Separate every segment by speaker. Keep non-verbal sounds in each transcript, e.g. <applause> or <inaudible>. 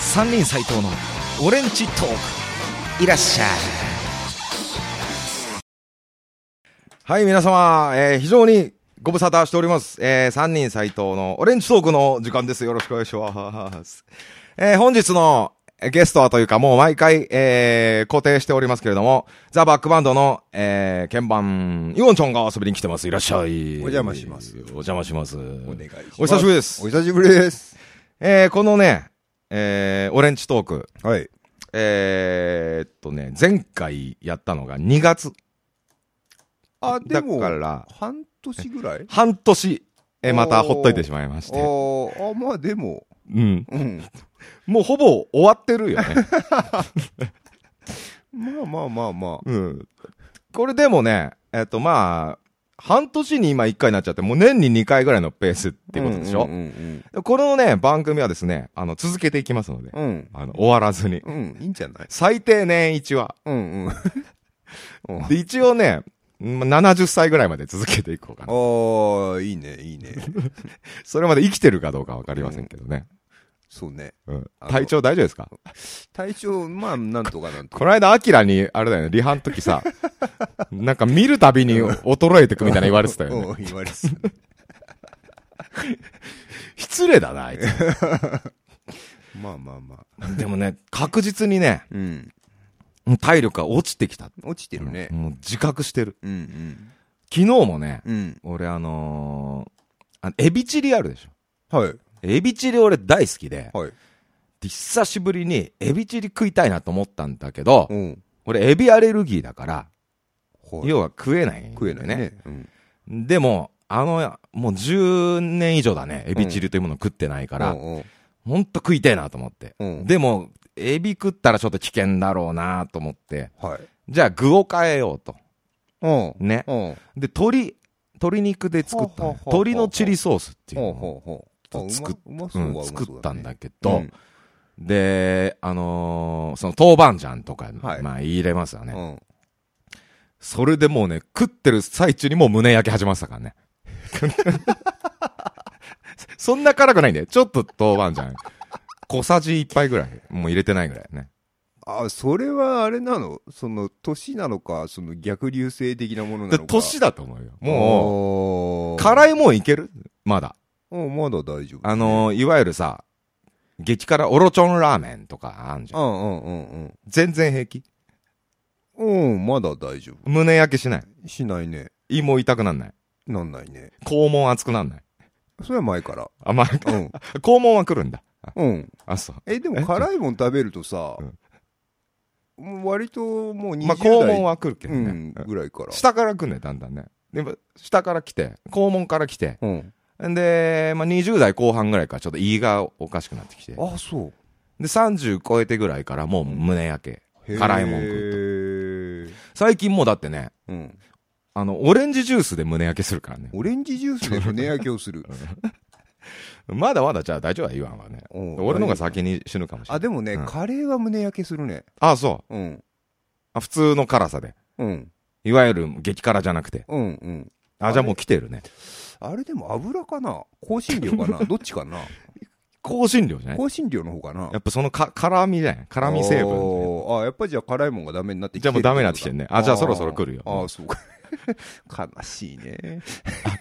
Speaker 1: 三人斎藤のオレンジトークいらっしゃい
Speaker 2: はい、皆様、えー非常にご無沙汰しております。えー、三人斎藤のオレンジトークの時間です。よろしくお願いします。えー本日のえーゲストはというか、もう毎回、えー固定しておりますけれども、ザ・バックバンドの、えー鍵盤、イオンちゃんが遊びに来てます。いらっしゃい。
Speaker 3: お邪魔します。
Speaker 2: お邪魔します。お
Speaker 3: お願いします。
Speaker 2: お久しぶりです
Speaker 3: お久しぶりです。
Speaker 2: えーこのね、えーオレンジトーク、
Speaker 3: はい。
Speaker 2: えーっとね、前回やったのが2月、
Speaker 3: あ、でも、
Speaker 2: だから
Speaker 3: 半年ぐらい
Speaker 2: 半年、えーまた
Speaker 3: おー
Speaker 2: ほっといてしまい <laughs> まし
Speaker 3: あ
Speaker 2: て。
Speaker 3: ーあ、まあでも、
Speaker 2: うん。
Speaker 3: うん。
Speaker 2: もうほぼ終わってるよ
Speaker 3: <laughs>
Speaker 2: ね。
Speaker 3: まあまあまあま
Speaker 2: うん。これでもね、えっとまあ、半年に今1回になっちゃって、もう年に2回ぐらいのペースっ
Speaker 3: あ。
Speaker 2: ていうことでしょ、
Speaker 3: うんうん
Speaker 2: このね、番組はですね、あの、続けていきますので、
Speaker 3: うんうん。
Speaker 2: あの、終わらずに。
Speaker 3: うん。うん。いいんじゃない
Speaker 2: 最低年1話。
Speaker 3: うん
Speaker 2: <laughs>
Speaker 3: うん。
Speaker 2: で、一応ね、ま70歳ぐらいまで続けていこうかな。
Speaker 3: ああ、いいね、いいね。
Speaker 2: それまで生きてるかどうかわかりませんけどね。
Speaker 3: そうね。
Speaker 2: うん
Speaker 3: あの
Speaker 2: 体調大丈夫ですか
Speaker 3: 体調、まあ、なんとかなん
Speaker 2: こ
Speaker 3: とか。
Speaker 2: の間、アキラに、あれだよね、リハの時
Speaker 3: <laughs>
Speaker 2: さ、なんか見るたびに衰えてくみたいな言われてたよね。
Speaker 3: うん、言われてたね
Speaker 2: 失礼だな、あいつ。
Speaker 3: まあまあまあ。
Speaker 2: でもね、確実にね、
Speaker 3: うん。
Speaker 2: 体力が落ちてきた。
Speaker 3: 落ちてるね。
Speaker 2: もう自覚してる。
Speaker 3: うん
Speaker 2: 昨日もね、
Speaker 3: うん。うん。
Speaker 2: 俺あのー、あエビチリあるでしょ。
Speaker 3: はい。
Speaker 2: エビチリ俺大好きで、
Speaker 3: はい。
Speaker 2: で久しぶりにエビチリ食いたいなと思ったんだけど、
Speaker 3: うん。
Speaker 2: 俺エビアレルギーだから、
Speaker 3: はい。
Speaker 2: 要は食えないんだよ、
Speaker 3: 食えないね。うん。
Speaker 2: でも、あの、もう10年以上だね、エビチリというものを食ってないから、
Speaker 3: うんうん
Speaker 2: ほんと食いたいなと思って。
Speaker 3: うん
Speaker 2: でも、エビ食ったらちょっと危険だろうなと思って、
Speaker 3: はい。
Speaker 2: じゃあ具を変えようと。
Speaker 3: うん。
Speaker 2: ね。
Speaker 3: うん。
Speaker 2: で、鶏、鶏肉で作ったの
Speaker 3: ほうほう
Speaker 2: よ
Speaker 3: ほう
Speaker 2: 鶏のチリソースっていうの
Speaker 3: ほう
Speaker 2: を
Speaker 3: ほうほう。
Speaker 2: ちょっと作っ
Speaker 3: うまうま
Speaker 2: う
Speaker 3: そうんはうま
Speaker 2: 作
Speaker 3: そう
Speaker 2: ったんだけ
Speaker 3: う
Speaker 2: ど、
Speaker 3: ん
Speaker 2: で、あのーその豆板醤とか、
Speaker 3: はい
Speaker 2: まあ入れますよね、
Speaker 3: うん
Speaker 2: それでもうね、食ってる最中にもう胸焼き始まってたからね。 <laughs> そんな辛くないんだよ。ちょっと豆板醤。小さじ1杯ぐらい。もう入れてないぐらいね。
Speaker 3: あ、それはあれなのその、年なのか、その逆流性的なものな
Speaker 2: で、
Speaker 3: のか。
Speaker 2: 年だと思うよ。も
Speaker 3: も
Speaker 2: う、辛
Speaker 3: い。
Speaker 2: いもんいけるまだ。
Speaker 3: うん、まだ大丈夫。
Speaker 2: あのーいわゆるさ、激辛オロチョンラーメンとかあんじゃん
Speaker 3: う。んうんうん
Speaker 2: 全然平気。
Speaker 3: うん。うん、まだ大丈
Speaker 2: 胸焼けしない。
Speaker 3: 夫。しないね。
Speaker 2: 胃も痛くなんない。
Speaker 3: なんないね。
Speaker 2: 肛門熱くなんない。
Speaker 3: それは前から。
Speaker 2: あ、 <laughs> まあ、
Speaker 3: うん。
Speaker 2: 肛門は来るんだ。
Speaker 3: うん。
Speaker 2: あ、そう。
Speaker 3: え、で
Speaker 2: え
Speaker 3: も辛いもん食べるとさ
Speaker 2: う、
Speaker 3: もう割ともう20代。
Speaker 2: まあ、肛門は来るけど
Speaker 3: う
Speaker 2: ね。
Speaker 3: ん、
Speaker 2: うん
Speaker 3: ぐらいから。
Speaker 2: 下から来るね、だんだんね。でも、下から来て、肛門から来て、
Speaker 3: うん。
Speaker 2: んで、まあ、20代後半ぐらいからちょっと胃がおかしくなってきて、で、
Speaker 3: あ、そう。
Speaker 2: 30超えてぐらいからもう胸焼け。辛いもん食う
Speaker 3: 食う
Speaker 2: と。最近もうだってね、
Speaker 3: と。うん。
Speaker 2: あの、オレンジジュースで胸焼けするからね。
Speaker 3: オレンジジュ
Speaker 2: <laughs>
Speaker 3: ースで胸焼けをする。
Speaker 2: まだまだじゃあ大丈夫は言わんわね。
Speaker 3: うん
Speaker 2: 俺の方が先に死ぬかもしれ
Speaker 3: あ、
Speaker 2: ない。
Speaker 3: でもね、
Speaker 2: うん
Speaker 3: カレーは胸焼けするね。
Speaker 2: あ、そう。
Speaker 3: うん。
Speaker 2: あ普通の辛さで。
Speaker 3: うん。
Speaker 2: いわゆる激辛じゃなくて。
Speaker 3: うん。うん。
Speaker 2: あ、じゃあもう来てるね。
Speaker 3: あれでも油かな香辛料
Speaker 2: <laughs>
Speaker 3: かなどっちかな
Speaker 2: 香辛料じゃない
Speaker 3: 香辛料の方かな
Speaker 2: やっぱそのか辛味じゃない辛味成分。
Speaker 3: おーあ、やっぱじゃあ辛いもんがダメになってきて
Speaker 2: じゃあもうダメになってきてんねあじゃあ
Speaker 3: ー
Speaker 2: そろそろ来るよ
Speaker 3: ああ、そうか。 <laughs> 悲しいね。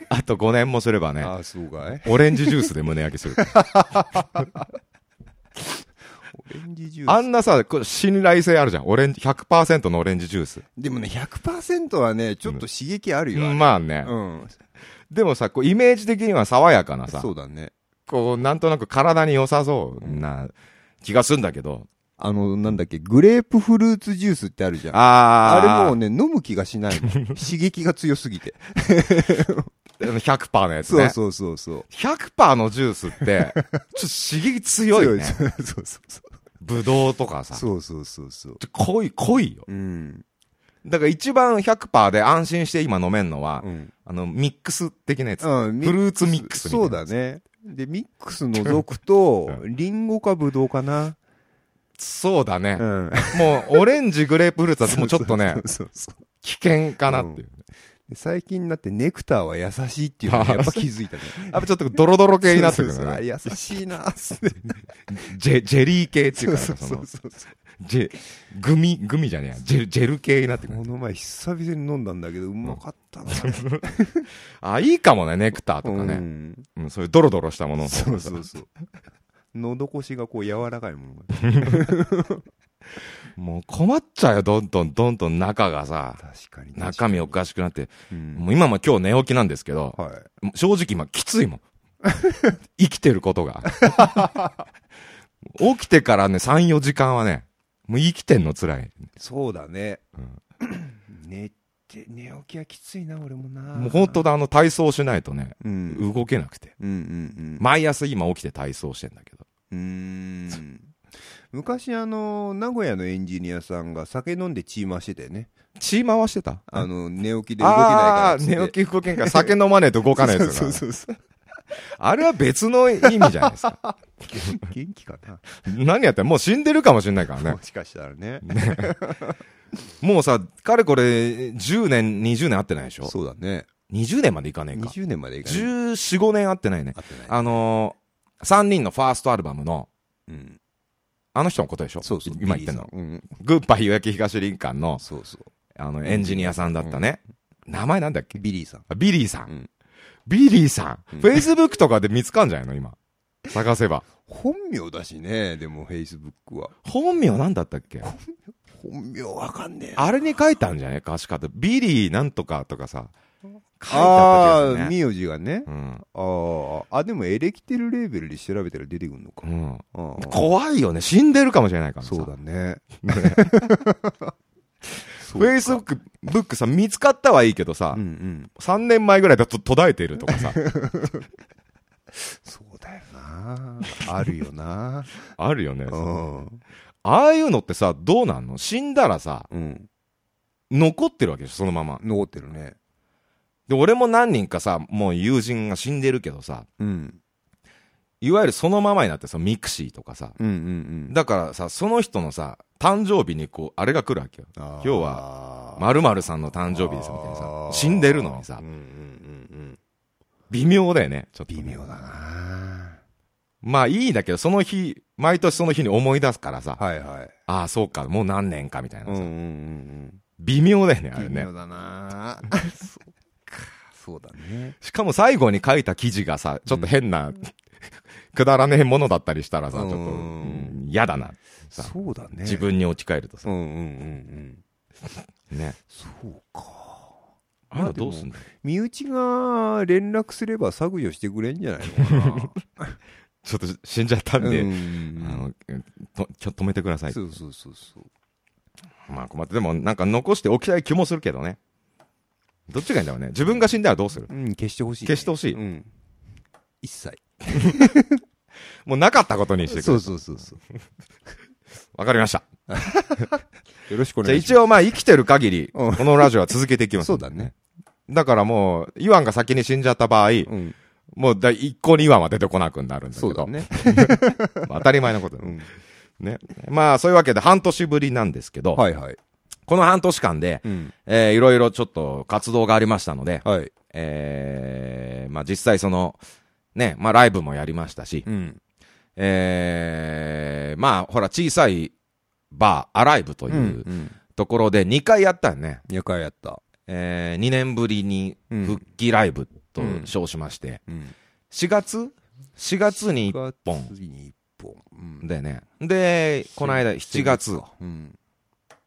Speaker 2: あと5年もすればね、
Speaker 3: ああ、そうかい。
Speaker 2: オレンジジュースで胸焼けす
Speaker 3: <laughs>
Speaker 2: る。
Speaker 3: オレンジジュ
Speaker 2: あ
Speaker 3: ース。
Speaker 2: んなさ、これ信頼性あるじゃん。オレンジ、100%のオレンジジュース。
Speaker 3: でもね、100%はね、ちょっと刺激あるよ。あれ
Speaker 2: まあね。
Speaker 3: うん。
Speaker 2: でもさ、こうイメージ的には爽やかなさ、
Speaker 3: そうだね。
Speaker 2: こうなんとなく体に良さそうな気がするんだけど。
Speaker 3: あの、なんだっけ、グレープフルーツジュースってあるじゃん。
Speaker 2: あー
Speaker 3: あれもうね、飲む気がしない
Speaker 2: <laughs>
Speaker 3: の。刺激が強すぎて。
Speaker 2: 100%のやつ
Speaker 3: そう
Speaker 2: ね。
Speaker 3: そうそうそう。
Speaker 2: 100%のジュースって、ちょっと刺激強いね。
Speaker 3: 強い <laughs> そうそうそ
Speaker 2: ぶどうとかさ
Speaker 3: う。。そうそうそうそう。
Speaker 2: 濃い、濃いよ。
Speaker 3: うん。
Speaker 2: だから一番100%で安心して今飲めんのは、
Speaker 3: うん。
Speaker 2: あの、ミックス的なやつ。
Speaker 3: うん
Speaker 2: フルーツミックスみたい
Speaker 3: そ
Speaker 2: な
Speaker 3: うだね。で、ミックス除くと、リンゴかブドウかな。
Speaker 2: そうだね
Speaker 3: う。ん。 <laughs>
Speaker 2: もう、オレンジ、グレープフルーツはもうちょっとね、
Speaker 3: そうそうそう。
Speaker 2: 危険かなっていう。
Speaker 3: で最近になってネクターは優しいっていうのにやっぱ気づいたね。
Speaker 2: やっぱちょっとドロドロ系になってくる
Speaker 3: そ
Speaker 2: か
Speaker 3: うそう
Speaker 2: ら
Speaker 3: あ
Speaker 2: ね。
Speaker 3: 優しいなって。
Speaker 2: ジェジェリー系っていうか、
Speaker 3: そう
Speaker 2: そ
Speaker 3: そう
Speaker 2: の、
Speaker 3: そうそう。
Speaker 2: ジェ、グミ、グミじゃねえや、ジェルジェル系になってくる
Speaker 3: こ。の前久々に飲んだんだけど、うまかった
Speaker 2: <laughs>
Speaker 3: な。
Speaker 2: あ、いいかもね、ネクターとか
Speaker 3: う
Speaker 2: ね。
Speaker 3: ん
Speaker 2: うん、そういうドロドロしたものの方
Speaker 3: そう
Speaker 2: がさ
Speaker 3: そうそう。 <laughs> 喉越しがこう柔らかいものが。
Speaker 2: もう困っちゃうよ、どんどん、どんどん中がさ、
Speaker 3: 確かに。
Speaker 2: 中身おかしくなって。
Speaker 3: うん
Speaker 2: もう今も今日寝起きなんですけど、
Speaker 3: はい。
Speaker 2: もう正直今きついもん。 <laughs> 生きてることが。 <laughs> 起きてからね、3、4時間はね、もう生きてんの辛い。
Speaker 3: そうだね
Speaker 2: うん。
Speaker 3: 寝て、寝起きはきついな、俺もな。
Speaker 2: もう本当だ、あの体操しないとね、
Speaker 3: うん。うん
Speaker 2: 動けなくて。
Speaker 3: うんうん。
Speaker 2: 毎朝今起きて体操してんだけど。
Speaker 3: うーん。昔あの、名古屋のエンジニアさんが酒飲んで血回してたよね。
Speaker 2: 血回してた
Speaker 3: あの、寝起きで動けないから
Speaker 2: あ
Speaker 3: っ
Speaker 2: あ
Speaker 3: つって。
Speaker 2: ー、寝起き動けんから酒飲まねえと動か <laughs> ないです
Speaker 3: そ
Speaker 2: か
Speaker 3: う
Speaker 2: ら。
Speaker 3: そうそう。
Speaker 2: あれは別の意味じゃないですか。
Speaker 3: 元気かな。
Speaker 2: <laughs> 何やったらもう死んでるかもしれないからね
Speaker 3: も。しかしたらね。
Speaker 2: もうさ、かれこれ10年、20年会ってないでしょ
Speaker 3: そうだね。
Speaker 2: ?20 年までいかねえか。
Speaker 3: 20年までいかない。
Speaker 2: 14、5年会ってないね。
Speaker 3: 合ってない。
Speaker 2: あのー、3人のファーストアルバムの、
Speaker 3: うん。
Speaker 2: あの人のことでしょ
Speaker 3: そうそう。
Speaker 2: 今言ってんの。
Speaker 3: ビリーさん。うん。
Speaker 2: グッバイ夕焼け東林間の、
Speaker 3: そうそう。
Speaker 2: あの、エンジニアさんだったね。名前なんだっけ
Speaker 3: ビリーさん。
Speaker 2: あビリーさん。
Speaker 3: うん
Speaker 2: ビリーさん。
Speaker 3: うん
Speaker 2: フェイスブックとかで見つかんじゃないの今。探
Speaker 3: <laughs>
Speaker 2: せば。
Speaker 3: 本名だしね、でも、フェイスブックは。
Speaker 2: 本名なんだったっ
Speaker 3: <laughs>
Speaker 2: け
Speaker 3: 本名わかんねえな。
Speaker 2: あれに書いたんじゃない歌詞方。ビリーなんとかとかさ。書いてあった
Speaker 3: あ
Speaker 2: 気
Speaker 3: あ
Speaker 2: が
Speaker 3: ー、
Speaker 2: するね。
Speaker 3: 名字がね。
Speaker 2: うん。
Speaker 3: あーあ、でもエレキテルレーベルで調べたら出てくるのか
Speaker 2: う。ん。
Speaker 3: あー
Speaker 2: 怖いよね。死んでるかもしれないからさ。
Speaker 3: そうだね。 <laughs> フ
Speaker 2: フェイスブック、ブックさ、見つかったはいいけどさ、
Speaker 3: うんうん。
Speaker 2: 3年前ぐらいだと途絶えてると
Speaker 3: <laughs>
Speaker 2: かさ、
Speaker 3: そうだよな。あるよな。
Speaker 2: <laughs> あるよね。
Speaker 3: うん。
Speaker 2: ああいうのってさ、どうなんの死んだらさ、
Speaker 3: うん。
Speaker 2: 残ってるわけでしょ、そのまま。
Speaker 3: 残ってるね。
Speaker 2: で、俺も何人かさ、もう友人が死んでるけどさ、
Speaker 3: うん。
Speaker 2: いわゆるそのままになってさ、ミクシーとかさ、
Speaker 3: うんうんうん。
Speaker 2: だからさ、その人のさ、誕生日にこう、あれが来るわけよ。
Speaker 3: 今
Speaker 2: 日
Speaker 3: は
Speaker 2: 〇〇さんの誕生日ですみたいなさ、死んでるのにさ
Speaker 3: うん、うんうんうん。
Speaker 2: 微妙だよね、ちょっとね、
Speaker 3: 微妙だな。
Speaker 2: まあいいんだけど、その日、毎年その日に思い出すからさ、
Speaker 3: はいはい。
Speaker 2: ああ、そうか、もう何年かみたいなさ、
Speaker 3: ん
Speaker 2: 微妙だよね、あれ
Speaker 3: 微
Speaker 2: ね
Speaker 3: 妙。だな。 <laughs> そうか。そうだね。
Speaker 2: しかも最後に書いた記事がさ、ちょっと変な、 <laughs> くだらねえものだったりしたらさ、ちょっと、
Speaker 3: う
Speaker 2: うんん嫌だな。さ
Speaker 3: そうだね。
Speaker 2: 自。分に置き換えると
Speaker 3: う
Speaker 2: さ
Speaker 3: ん、うんうんうん。
Speaker 2: ね。
Speaker 3: そうか。
Speaker 2: あなたどうすんだ
Speaker 3: 身内が連絡すれば削除してくれんじゃないのか <laughs> な。
Speaker 2: ちょっと死んじゃったんで、
Speaker 3: うん
Speaker 2: あ
Speaker 3: うんうん
Speaker 2: の、とちょっと止めてください。
Speaker 3: そうそうそうそう。
Speaker 2: まあ困って、でもなんか残しておきたい気もするけどね。どっちがいいんだろうね。自分が死んだらどうする
Speaker 3: うん、消してほしい、
Speaker 2: 消してほしい
Speaker 3: うん。一切。
Speaker 2: もうなかったことにしてく
Speaker 3: そう
Speaker 2: る。
Speaker 3: そうそうそう。
Speaker 2: わかりました。
Speaker 3: よろしくお
Speaker 2: じゃ
Speaker 3: 願
Speaker 2: あ
Speaker 3: いします。
Speaker 2: 一応まあ生きてる限り、
Speaker 3: う
Speaker 2: こ
Speaker 3: ん
Speaker 2: のラジオは続けていきます。
Speaker 3: そうだね。
Speaker 2: だからもう、イワンが先に死んじゃった場合、
Speaker 3: うん。
Speaker 2: もうだ一向にイワンは出てこなくなるんだ
Speaker 3: そ
Speaker 2: け
Speaker 3: うだ
Speaker 2: ど、
Speaker 3: ね。
Speaker 2: <laughs> まあ当たり前のことだ
Speaker 3: う
Speaker 2: ね
Speaker 3: ん。
Speaker 2: ね。まあ、そういうわけで半年ぶりなんですけど、
Speaker 3: はいはい。
Speaker 2: この半年間で、
Speaker 3: うん。
Speaker 2: えーいろいろちょっと活動がありましたので、
Speaker 3: はい。
Speaker 2: えーまあ実際その、ね、まあライブもやりましたし、
Speaker 3: うん。
Speaker 2: えーまあほら小さいバー、アライブと
Speaker 3: う。
Speaker 2: いうんところで2回やったよね。
Speaker 3: 2回やった。
Speaker 2: え2年ぶりに
Speaker 3: うん
Speaker 2: 復帰ライブと
Speaker 3: うん
Speaker 2: 称しまして、
Speaker 3: うん。
Speaker 2: 4月 ?4 月に1本
Speaker 3: 次に1本。うん。
Speaker 2: でね。で、この間7月。
Speaker 3: うん。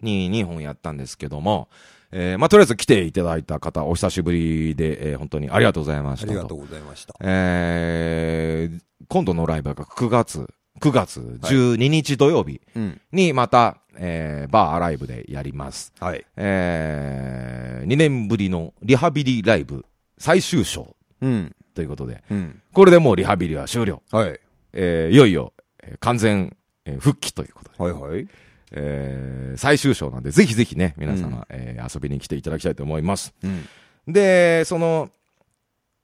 Speaker 2: に2本やったんですけども、えーまあ、とりあえず来ていただいた方、お久しぶりで、えー本当にありがとうございまし
Speaker 3: あ
Speaker 2: た
Speaker 3: りがとうございました。
Speaker 2: えー今度のライブが9月、9月12日土曜日
Speaker 3: うん。
Speaker 2: にまた、えーバーアライブでやります。
Speaker 3: はい。
Speaker 2: え2年ぶりのリハビリライブ最終章
Speaker 3: うん。
Speaker 2: ということで、
Speaker 3: うん。
Speaker 2: これでもうリハビリは終了。
Speaker 3: はい。
Speaker 2: えーいよいよ、えー完全、えー復帰ということで。
Speaker 3: はいはい。
Speaker 2: えー最終章なんで、ぜひぜひね、皆様、えー遊びに来ていただきたいと思います。
Speaker 3: うん。
Speaker 2: で、その、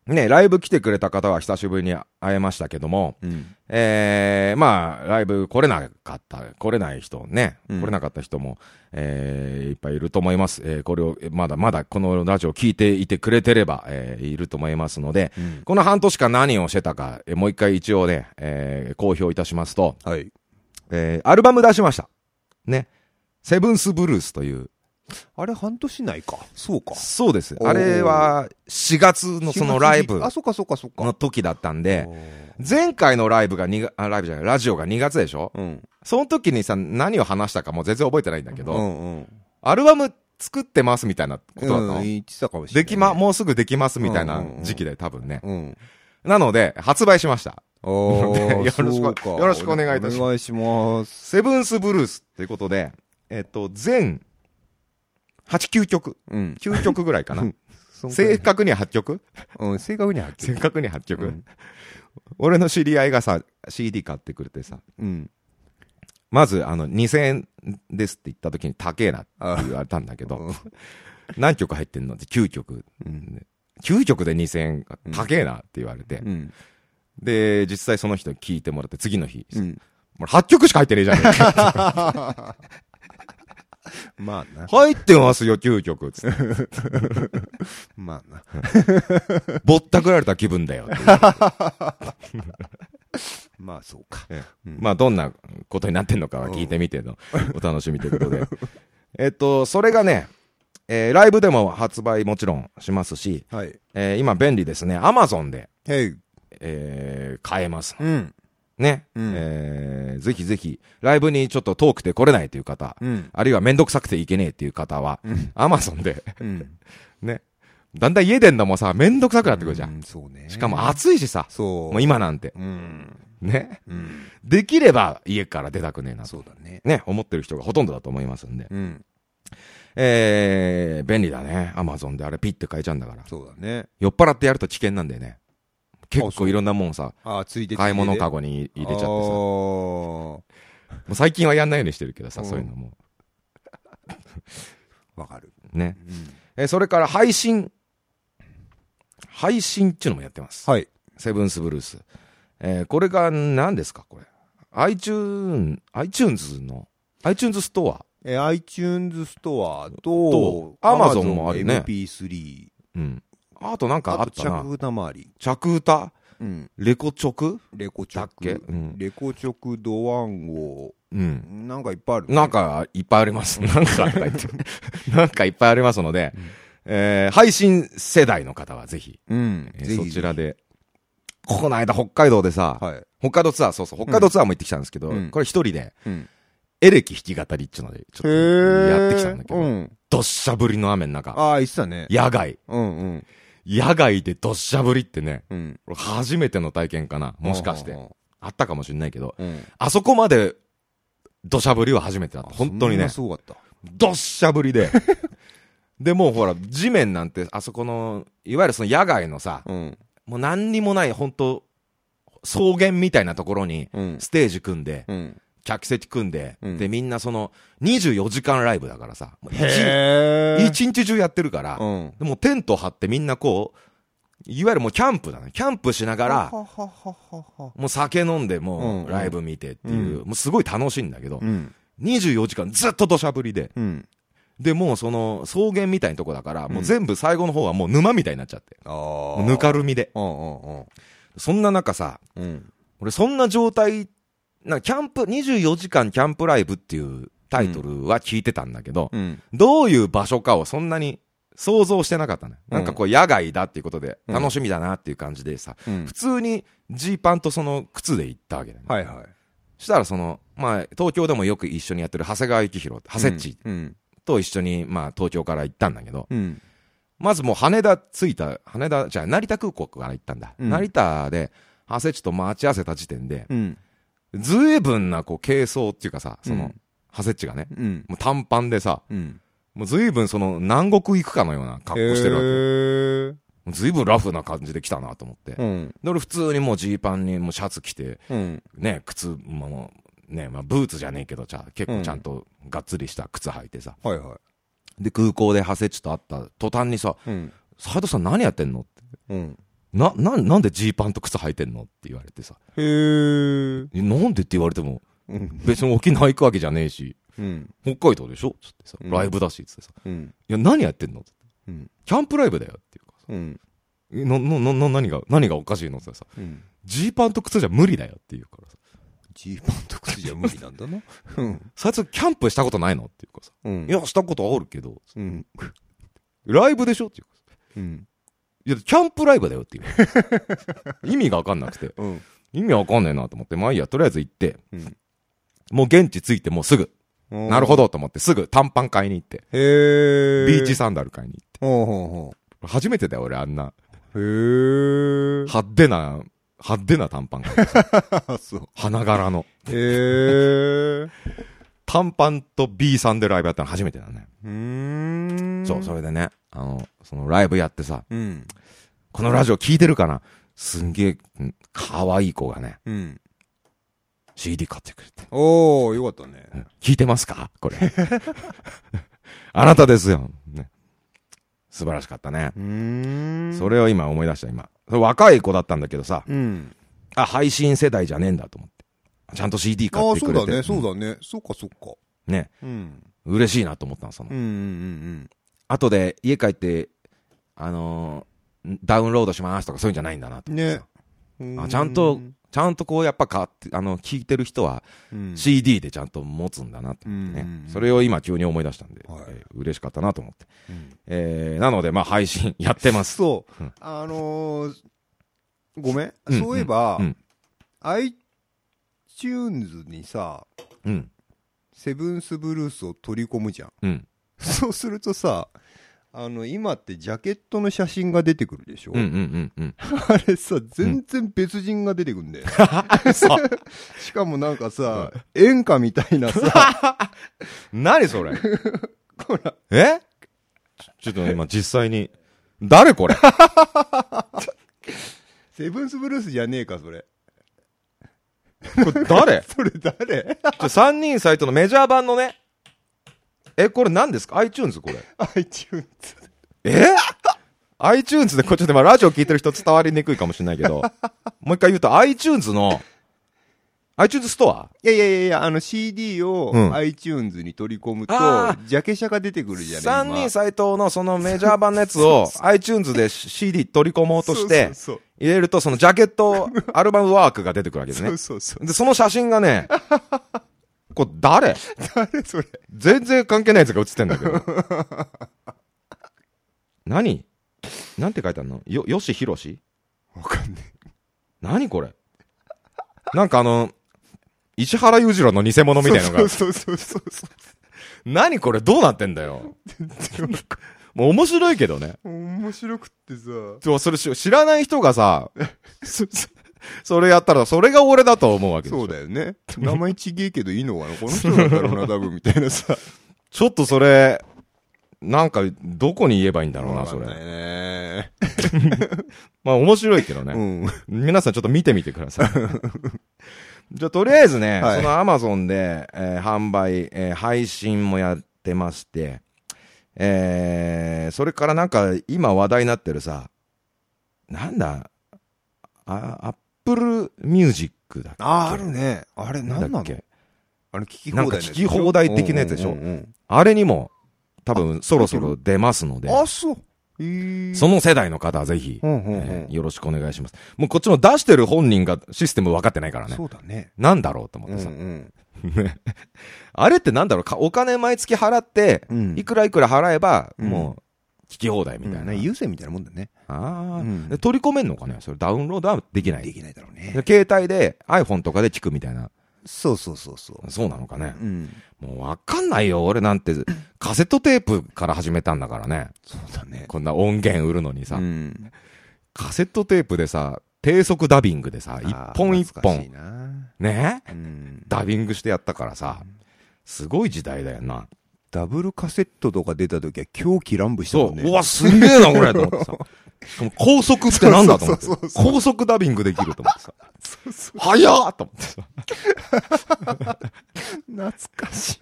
Speaker 2: ね、ライブ来てくれた方は久しぶりに会えましたけども、
Speaker 3: うん。
Speaker 2: えー、まあ、ライブ来れなかった、来れない人ね、
Speaker 3: うん
Speaker 2: 来れなかった人も、えーいっぱいいると思います。えーこれを、えーまだまだこのラジオ聞いていてくれてれば、えーいると思いますので、
Speaker 3: うん
Speaker 2: この半年間何をしてたか、えーもう一回一応ね、えー公表いたしますと、
Speaker 3: はい。
Speaker 2: えーアルバム出しました。ね。セブンスブルースという。
Speaker 3: あれ、半年ないか。そうか。
Speaker 2: そうです。
Speaker 3: おー
Speaker 2: あれは、4月のそのライブ
Speaker 3: あ、そっかそっかそっか。
Speaker 2: の時だったんで
Speaker 3: お、ー
Speaker 2: 前回のライブが2が、あライブじゃない、ラジオが2月でしょ
Speaker 3: うん。
Speaker 2: その時にさ、何を話したかもう全然覚えてないんだけ
Speaker 3: う
Speaker 2: ど、
Speaker 3: んうん。
Speaker 2: アルバム作ってますみたいなことだったの、
Speaker 3: うん、言ってたかもしれな
Speaker 2: で
Speaker 3: い。
Speaker 2: きま、もうすぐできますみたい
Speaker 3: うん
Speaker 2: な
Speaker 3: うんうん
Speaker 2: 時期で多分ね。 <laughs>
Speaker 3: うん。
Speaker 2: なので、発売しました。
Speaker 3: お
Speaker 2: よ
Speaker 3: ー
Speaker 2: ろしく
Speaker 3: そうか
Speaker 2: よろしくお願いいたします
Speaker 3: お願いします。
Speaker 2: セブンスブルースということで、えっと、全8、9曲。
Speaker 3: うん。
Speaker 2: 9曲ぐらいか
Speaker 3: う。
Speaker 2: なん
Speaker 3: そんくらい
Speaker 2: 正確には8曲
Speaker 3: うん、正確には
Speaker 2: 正確には8曲、
Speaker 3: うん
Speaker 2: 俺の知り合いがさ、CD 買ってくれてさ、
Speaker 3: うん。
Speaker 2: まず、あの、2000円ですって言った時に高えなって言われたんだけど、何曲入ってんのって9曲。
Speaker 3: うん。
Speaker 2: 9曲で2000円
Speaker 3: うん
Speaker 2: 高えなって言われて、
Speaker 3: うん。
Speaker 2: で、実際その人に聞いてもらって、次の日、
Speaker 3: うん。
Speaker 2: もう8曲しか入ってねえじ
Speaker 3: <laughs>
Speaker 2: ゃねえか。
Speaker 3: まあな。
Speaker 2: 入ってますよ、9曲。つって
Speaker 3: まあな。
Speaker 2: ぼったくられた気分だよっていう。
Speaker 3: まあそうか。
Speaker 2: ええ
Speaker 3: うん
Speaker 2: まあ、どんなことになってんのかは聞いてみての、お楽しみということで。 <laughs> えっと、それがね、えーライブでも発売もちろんしますし、
Speaker 3: はい。
Speaker 2: えー今便利ですね。アマゾンで、
Speaker 3: へい。
Speaker 2: えー買えます。
Speaker 3: うん。
Speaker 2: ね。
Speaker 3: うん
Speaker 2: えーぜひぜひ、ライブにちょっと遠くて来れないという方、
Speaker 3: うん。
Speaker 2: あるいはめんどくさくていけねえっていう方は、
Speaker 3: うん。
Speaker 2: アマゾンで、
Speaker 3: うん。
Speaker 2: ね。だんだん家出んのもさ、めんどくさくなってくるじゃん。
Speaker 3: う。そうね。
Speaker 2: しかも、暑いしさ、
Speaker 3: そう。
Speaker 2: もう今なんて。
Speaker 3: うん。
Speaker 2: ね。
Speaker 3: うん。
Speaker 2: できれば家から出たくねえなと。
Speaker 3: そうだね。
Speaker 2: ね、思ってる人がほとんどだと思いますんで。
Speaker 3: うん。
Speaker 2: えー、便利だね。アマゾンであれピッて買えちゃうんだから。
Speaker 3: そうだね。
Speaker 2: 酔っ払ってやると危険なんだよね。結
Speaker 3: あそ
Speaker 2: 構
Speaker 3: う
Speaker 2: いろんなもんさ、
Speaker 3: ああ、ついで
Speaker 2: 買い物カ
Speaker 3: ゴ
Speaker 2: ゴに入れちゃってさ。も
Speaker 3: わ
Speaker 2: う最近はやんないようにしてるけど
Speaker 3: う
Speaker 2: さ、
Speaker 3: ん
Speaker 2: そういうのも。
Speaker 3: かる。
Speaker 2: ね
Speaker 3: う。ん。
Speaker 2: えーそれから配信。配信っていうのもやってます。
Speaker 3: はい。
Speaker 2: セブンスブルース。えーこれが何ですかこれ。iTunes、iTunes の、iTunes スト
Speaker 3: えー、iTunes ストア
Speaker 2: と
Speaker 3: と、
Speaker 2: Amazon もあるね
Speaker 3: MP3。
Speaker 2: ア。うん。あとなんかあ
Speaker 3: あ
Speaker 2: っ
Speaker 3: と、
Speaker 2: たな。
Speaker 3: 着歌周り。
Speaker 2: 着歌
Speaker 3: うん。
Speaker 2: レコチョク
Speaker 3: レコチ
Speaker 2: だ
Speaker 3: ョ
Speaker 2: っけ
Speaker 3: ク
Speaker 2: う。ん。
Speaker 3: レコチョク、ドワンゴ、
Speaker 2: うん。
Speaker 3: なんかいっぱいあるね。
Speaker 2: なんかいっぱいあります。 <laughs> なんかいっぱいって。なんかいっぱいありますので、えー配信世代の方はぜひ、
Speaker 3: うん
Speaker 2: えーそちら。で。この間北海道でさ、
Speaker 3: はい。
Speaker 2: 北海道ツアー、そうそう、北海道ツアーも行ってきたんですけど、
Speaker 3: うん
Speaker 2: これ一人で、
Speaker 3: うん。
Speaker 2: エレキ弾き語りっていうので、ちょっとやってきたんだけど、
Speaker 3: うん。
Speaker 2: どっしゃぶりの雨の中、
Speaker 3: ああ、言ってたね。
Speaker 2: 野外、
Speaker 3: うんうん。
Speaker 2: 野外でどっしゃぶりってね、
Speaker 3: うん。
Speaker 2: 俺初めての体験かな、もしかして。あったかもしれないけど、
Speaker 3: うん。
Speaker 2: あそこまで、どしゃぶりは初めてだった。本当にね、
Speaker 3: そんなすごかった。
Speaker 2: どっしゃぶりで。 <laughs> で、もうほら、地面なんて、あそこの、いわゆるその野外のさ、
Speaker 3: うん。
Speaker 2: もう何にもない、本当草原みたいなところに、
Speaker 3: うん。
Speaker 2: ステージ組んで、
Speaker 3: うん。
Speaker 2: 客席組んで、
Speaker 3: うん
Speaker 2: で、みんなその、24時間ライブだからさ、もう一
Speaker 3: へー
Speaker 2: 一日中やってるから、
Speaker 3: うん。
Speaker 2: でもうテント張ってみんなこう、いわゆるもうキャンプだね。キャンプしながら、
Speaker 3: ははははは。
Speaker 2: もう酒飲んでも
Speaker 3: うん
Speaker 2: うライブ見てっていう、
Speaker 3: う
Speaker 2: もうすごい楽しいんだけど、
Speaker 3: うん。
Speaker 2: 24時間ずっと土砂降りで、
Speaker 3: うん。
Speaker 2: で、もうその草原みたいなとこだから、もう全部最後の方はもう沼みたいになっちゃって。
Speaker 3: あ
Speaker 2: も
Speaker 3: あ。
Speaker 2: うぬかるみで。
Speaker 3: うんうん
Speaker 2: そんな中さ、
Speaker 3: うん。うん。
Speaker 2: 俺そんな状態、なんかキャンプ、24時間キャンプライブっていうタイトルは聞いてたんだけど、
Speaker 3: うん。
Speaker 2: どういう場所かをそんなに想像してなかったね。なんかこう野外だっていうことで、
Speaker 3: うん
Speaker 2: 楽しみだなっていう感じでさ、
Speaker 3: うん
Speaker 2: 普。通にジーパンとその靴で行ったわけだよね。
Speaker 3: はいはい。
Speaker 2: したらその、まあ、東京でもよく一緒にやってる長谷川幸宏、長谷っち
Speaker 3: うん。
Speaker 2: と一緒に、まあ、東京から行ったんだけど、
Speaker 3: うん。
Speaker 2: まずもう羽田着いた、羽田、じゃあ成田空港から行ったんだ。
Speaker 3: うん
Speaker 2: 成田で、長谷っちと待ち合わせた時点で、
Speaker 3: うん。
Speaker 2: ずいぶんなこう、軽装っていうかさ、その、
Speaker 3: うん
Speaker 2: 長谷っちがね、
Speaker 3: うん。
Speaker 2: もう短パンでさ、
Speaker 3: うん。
Speaker 2: もうずいぶんその、南国行くかのような格好してるわけ。
Speaker 3: る
Speaker 2: ずいぶんラフな感じで来たなと思って。
Speaker 3: け。うん。
Speaker 2: で、俺普通にもうジーパンにもうシャツ着て、
Speaker 3: うん。
Speaker 2: ね、靴も、もうね、まあブーツじゃねえけど、じゃあ結構ちゃんとがっつりした靴履いてさ。
Speaker 3: はいは
Speaker 2: で、空港でハセッチと会った途端にさ、
Speaker 3: い。うん。
Speaker 2: 斉藤さん何やってんのって
Speaker 3: うん。
Speaker 2: な、な、なんでジーパンと靴履いてんのって言われてさ。
Speaker 3: へえ。
Speaker 2: えなんでって言われても、
Speaker 3: うん。
Speaker 2: 別に沖縄行くわけじゃねえし、
Speaker 3: うん。
Speaker 2: 北海道でしょつってさ、
Speaker 3: うん
Speaker 2: ライブだし、つってさ。
Speaker 3: うん。
Speaker 2: いや、何やってんのつって
Speaker 3: うん。
Speaker 2: キャンプライブだよっていうからさ。
Speaker 3: うん。
Speaker 2: えな、な、な、な何が、何がおかしいのってさ、
Speaker 3: うん。
Speaker 2: ジーパンと靴じゃ無理だよっていうからさ。
Speaker 3: ジーパンと靴じゃ無理なんだな。うん。
Speaker 2: 最初キャンプしたことないのっていうからさ。
Speaker 3: うん。
Speaker 2: いや、したことあるけど、
Speaker 3: うん。
Speaker 2: ライブでしょっていうからさ。
Speaker 3: うん。
Speaker 2: いや、キャンプライブだよって言われてさ意味がわかんなくて。
Speaker 3: うん。
Speaker 2: 意味わかんねえなと思って、まあいいや、とりあえず行って、
Speaker 3: うん
Speaker 2: もう現地着いてもうすぐ、なるほ
Speaker 3: ど。
Speaker 2: どと思って、すぐ短パン買いに行って、
Speaker 3: へえ。
Speaker 2: ビーチサンダル買いに行って。
Speaker 3: ほうほうほ
Speaker 2: 初めてだよ、俺、あんな、
Speaker 3: う。へえ。
Speaker 2: 派手な、派手な短パン買いに行って。
Speaker 3: は、そう。
Speaker 2: <laughs> 花柄の。 <laughs>
Speaker 3: へえ。
Speaker 2: 短パンと B さんでライブやったの初めてだね。
Speaker 3: うーん。
Speaker 2: そう、それでね、あの、そのライブやってさ、
Speaker 3: うん。
Speaker 2: このラジオ聞いてるかなすんげえ、ん可愛い子がね、
Speaker 3: うん。
Speaker 2: CD 買ってくれて。
Speaker 3: おー、よかったね。
Speaker 2: うん聞いてますかこ
Speaker 3: <laughs>
Speaker 2: れ。あなたですよ。ね素晴らしかったね。
Speaker 3: うーん。
Speaker 2: それを今思い出した、今。それ若い子だったんだけどさ、
Speaker 3: うん。
Speaker 2: あ、配信世代じゃねえんだと思って。ちゃんと CD 買
Speaker 3: あ
Speaker 2: っ
Speaker 3: あ、
Speaker 2: て
Speaker 3: そ
Speaker 2: く
Speaker 3: う
Speaker 2: れて。
Speaker 3: だね、そう
Speaker 2: だ。
Speaker 3: だね。そうか、そうか。
Speaker 2: ね。
Speaker 3: うん。
Speaker 2: 嬉しいなと思ったの、その。
Speaker 3: うんうんうん
Speaker 2: 後で家帰って、あのーダウンロードしますとかそういうんじゃないんだなと思ってさ。
Speaker 3: うん。
Speaker 2: あちゃんと、ちゃんとこうやっぱ買って、あの、聞いてる人は
Speaker 3: うん、
Speaker 2: CD でちゃんと持つんだなと思ってね
Speaker 3: うんうんう。ん
Speaker 2: それを今急に思い出したんで、
Speaker 3: はい
Speaker 2: えー嬉しかったなと思って。
Speaker 3: うん
Speaker 2: えー、なのでまあ配信やってます。、
Speaker 3: そううんあのー、ごめん
Speaker 2: うん、
Speaker 3: そういえば
Speaker 2: うん、
Speaker 3: iTunes にさ、
Speaker 2: うん。
Speaker 3: セブンスブルースを取り込むじゃん。
Speaker 2: うん。
Speaker 3: <laughs> そうするとさ、あの、今ってジャケットの写真が出てくるでしょ
Speaker 2: うんうんうんうん。
Speaker 3: あれさ、全然別人が出てく
Speaker 2: <laughs>
Speaker 3: んだよ。 <laughs>
Speaker 2: そう。
Speaker 3: しかもなんかさ、演歌みたい
Speaker 2: <laughs>
Speaker 3: なさ、
Speaker 2: 何それ
Speaker 3: ほら、
Speaker 2: えちょっと今実際に。誰これ
Speaker 3: セブンスブルースじゃねえか、それ。
Speaker 2: これ誰
Speaker 3: それ
Speaker 2: <laughs>
Speaker 3: 誰
Speaker 2: ちょ三人サイトのメジャー版のね。え、これ何ですか ?iTunes これ。
Speaker 3: ?iTunes。
Speaker 2: え ?iTunes で、これちょっと今ラジオ聞いてる人伝わりにくいかもしれない
Speaker 3: <laughs>
Speaker 2: けど、もう一回言うと iTunes の、iTunes ストア
Speaker 3: いやいやいやいや、あの CD を
Speaker 2: うん
Speaker 3: iTunes に取り込むと、
Speaker 2: あー
Speaker 3: ジャケ写が出てくるじゃない
Speaker 2: 三人斎藤のそのメジャー版のやつ
Speaker 3: <laughs>
Speaker 2: を iTunes で CD 取り込もうとして
Speaker 3: そう
Speaker 2: 入れるとそのジャケットアルバムワークが出てくるわけです
Speaker 3: <laughs> そ
Speaker 2: ね
Speaker 3: う。そうそう。
Speaker 2: で、その写真がね、これ誰
Speaker 3: 誰それ。
Speaker 2: 全然関係ないやつが写ってんだけど。 <laughs> 何なんて書いてあるのよ、よしひろし
Speaker 3: わかんない。
Speaker 2: 何これなんかあの、石原裕次郎の偽物みたいなの
Speaker 3: そ
Speaker 2: が
Speaker 3: う、そうそうそうそ
Speaker 2: 何これどうなってんだ
Speaker 3: <laughs>
Speaker 2: よ。
Speaker 3: う。で
Speaker 2: もう面白いけどね。
Speaker 3: も面白くってさ、
Speaker 2: でもそれし知らない人が
Speaker 3: <laughs>
Speaker 2: さ、そそれやったらそれが俺だと思うわけでし
Speaker 3: そ
Speaker 2: ょ
Speaker 3: う。だ
Speaker 2: <laughs>
Speaker 3: よね。名前ちげえけどいいのかなこの人なんだろうな、多分みたいなさ。
Speaker 2: ちょっとそれ、なんかどこに言えばいいんだろうな、
Speaker 3: わか
Speaker 2: そ
Speaker 3: んない
Speaker 2: れ。
Speaker 3: ね。
Speaker 2: まあ面白いけどね。
Speaker 3: うん。
Speaker 2: 皆さんちょっと見てみてください。 <laughs> じゃあ、とりあえずね、
Speaker 3: はい
Speaker 2: そのアマゾンで、えー販売、えー配信もやってまして、えー、それからなんか、今話題になってるさ、なんだ、あ、アップルミュージックだっけ
Speaker 3: あ、あるね。あれ、なん
Speaker 2: だ
Speaker 3: な
Speaker 2: っ
Speaker 3: の
Speaker 2: け
Speaker 3: あの、聞き
Speaker 2: なん
Speaker 3: 放
Speaker 2: か
Speaker 3: 題
Speaker 2: 聞き放題的なやつでしょ
Speaker 3: うんうん
Speaker 2: あれにも、多分そろそろ出ますの
Speaker 3: う
Speaker 2: で
Speaker 3: ん、あ、そう。えー
Speaker 2: その世代の方はぜひ、
Speaker 3: うんうんうん
Speaker 2: えーよろしくお願いします。もうこっちも出してる本人がシステム分かってないからね
Speaker 3: そ。うだね。
Speaker 2: なんだろうと思っ
Speaker 3: う
Speaker 2: て
Speaker 3: ん
Speaker 2: さ。
Speaker 3: うん
Speaker 2: ねあれってなんだろうか、お金毎月払って、
Speaker 3: うん
Speaker 2: いくらいくら払えば、
Speaker 3: うん
Speaker 2: もう、聞き放題みたいな。
Speaker 3: 優勢みたいなもんだね。
Speaker 2: ああ、
Speaker 3: うん
Speaker 2: で取り込めんのかねそれダウンロードはできない。
Speaker 3: できないだろうね。
Speaker 2: で携帯で iPhone とかで聞くみたいな。
Speaker 3: そうそうそうそう。
Speaker 2: そうなのかね。
Speaker 3: うん。
Speaker 2: もうわかんないよ。俺なんて、カセットテープから始めたんだからね。
Speaker 3: そうだね。
Speaker 2: こんな音源売るのにさ、
Speaker 3: うん。
Speaker 2: カセットテープでさ、低速ダビングでさ、一本一
Speaker 3: 懐かしい
Speaker 2: 本、
Speaker 3: な
Speaker 2: ね
Speaker 3: うん
Speaker 2: ダビングしてやったからさ、すごい時代だよな。
Speaker 3: ダブルカセットとか出た時は狂気乱舞した
Speaker 2: そ
Speaker 3: もん
Speaker 2: う、
Speaker 3: ね。
Speaker 2: うわ、すげえな、これと思ってさ。しかも高速ってなんだと思って
Speaker 3: そうそう。そうそう
Speaker 2: 高速ダビングできると思ってさ。早っと思ってさ。
Speaker 3: 懐かしい。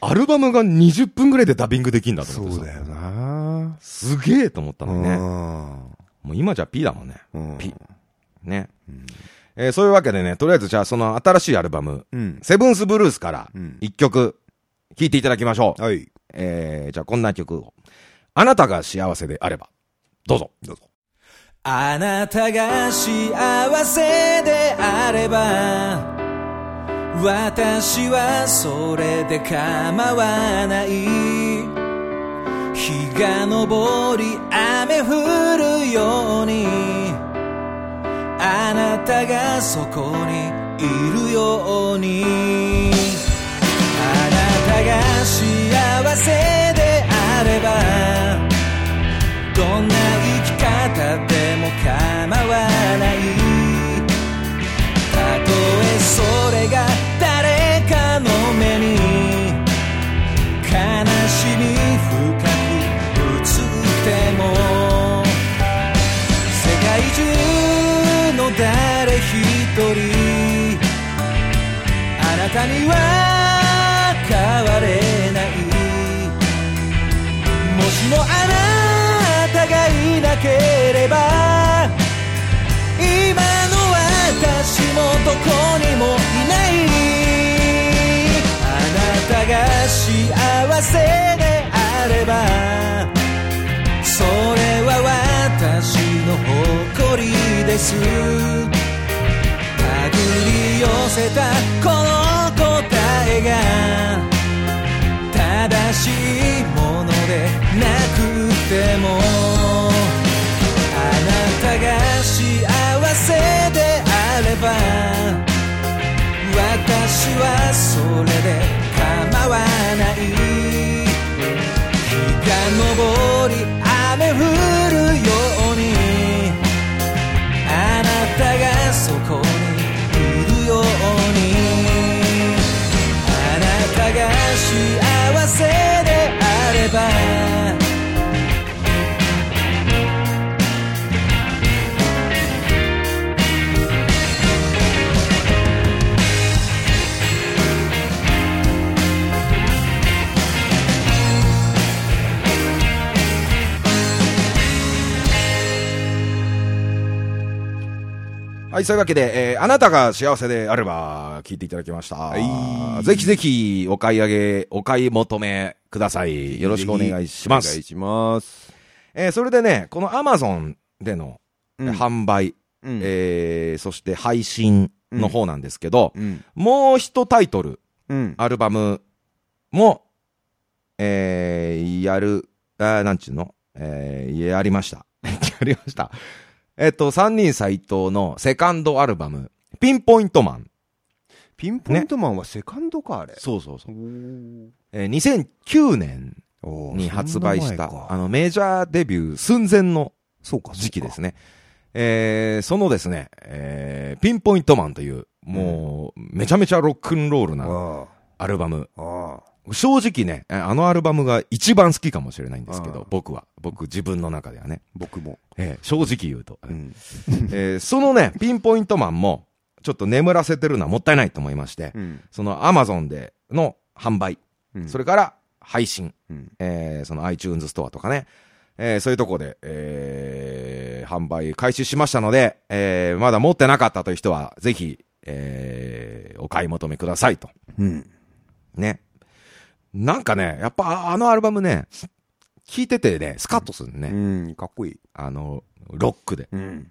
Speaker 2: アルバムが20分ぐらいでダビングできんだと思ってさ。
Speaker 3: な
Speaker 2: すげえと思ったのね。
Speaker 3: ね。
Speaker 2: もう今じゃ P だもんね。
Speaker 3: うん
Speaker 2: ピね。えーそういうわけでね、とりあえずじゃあその新しいアルバム、
Speaker 3: うん。
Speaker 2: セブンスブルースから
Speaker 3: うん
Speaker 2: 一曲聴いていただきましょう。
Speaker 3: はい。
Speaker 2: えーじゃあこんな曲を。あなたが幸せであれば、どうぞ。
Speaker 3: どうぞ。
Speaker 1: あなたが幸せであれば私はそれで構わない日が昇り雨降るようにあなたがそこにいるようにあなたが幸せであればどんな生き方でも構わないたとえそれが誰かの目に悲しみ深く映っても世界中の誰一人あなたには変われないもしもあなたがいなければ今の私もどこにもいないあなたが幸せであればそれは私の誇りです手繰り寄せたこの答えが正しいものでなくてもあなたが幸せであれば私はそれで構わない日が昇り雨降るようにあなたがそこにいるようにあなたが幸せであれば
Speaker 2: はい、そういうわけで、えーあなたが幸せであれば、聴いていただきました。
Speaker 3: はい
Speaker 2: ぜひぜひ、お買い上げ、お買い求めください。よろしくお願いしま
Speaker 3: お願
Speaker 2: す。
Speaker 3: いします。
Speaker 2: えーそれでね、この Amazon での
Speaker 3: うん
Speaker 2: 販売、
Speaker 3: うん
Speaker 2: えーそして配信の方なんですけど、
Speaker 3: うん。
Speaker 2: もう一タイトル、
Speaker 3: うん。
Speaker 2: アルバムも、えーやる、あーなんちゅうのえーやりました。 <laughs> やりました。えっと、三人斎藤のセカンドアルバム、ピンポイントマン。
Speaker 3: ピンポイントマンはセカンドか、あれ。
Speaker 2: そうそうそ
Speaker 3: お。ー
Speaker 2: えー2009年
Speaker 3: おー
Speaker 2: に発売し
Speaker 3: そんな前
Speaker 2: た、
Speaker 3: か
Speaker 2: あの、メジャーデビュー寸前の
Speaker 3: そうか、
Speaker 2: 時期です
Speaker 3: ね。
Speaker 2: ね。えーそのですね、えーピンポイントマンという、もう、めちゃめちゃロックンロールな
Speaker 3: あ
Speaker 2: アルバム。
Speaker 3: あ。ああ。
Speaker 2: 正直ね、えあのアルバムが一番好きかもしれないんですけ
Speaker 3: ああ
Speaker 2: ど、僕は。僕自分の中ではね。
Speaker 3: 僕も。
Speaker 2: えー正直言うと。
Speaker 3: うん。
Speaker 2: えーそのね、ピンポイントマンも、ちょっと眠らせてるのはもったいないと思いまして、
Speaker 3: うん。
Speaker 2: その Amazon での販売、
Speaker 3: うん
Speaker 2: それから配信、
Speaker 3: うん。
Speaker 2: えーその iTunes ストアとかね、えーそういうとこで、えー販売開始しましたので、えーまだ持ってなかったという人は、ぜひ、えーお買い求めくださいと。
Speaker 3: うん。
Speaker 2: ね。なんかね、やっぱああのアルバムね、聴いててね、スカッとするね。
Speaker 3: うん。かっこいい。
Speaker 2: あの、ロックで。
Speaker 3: うん。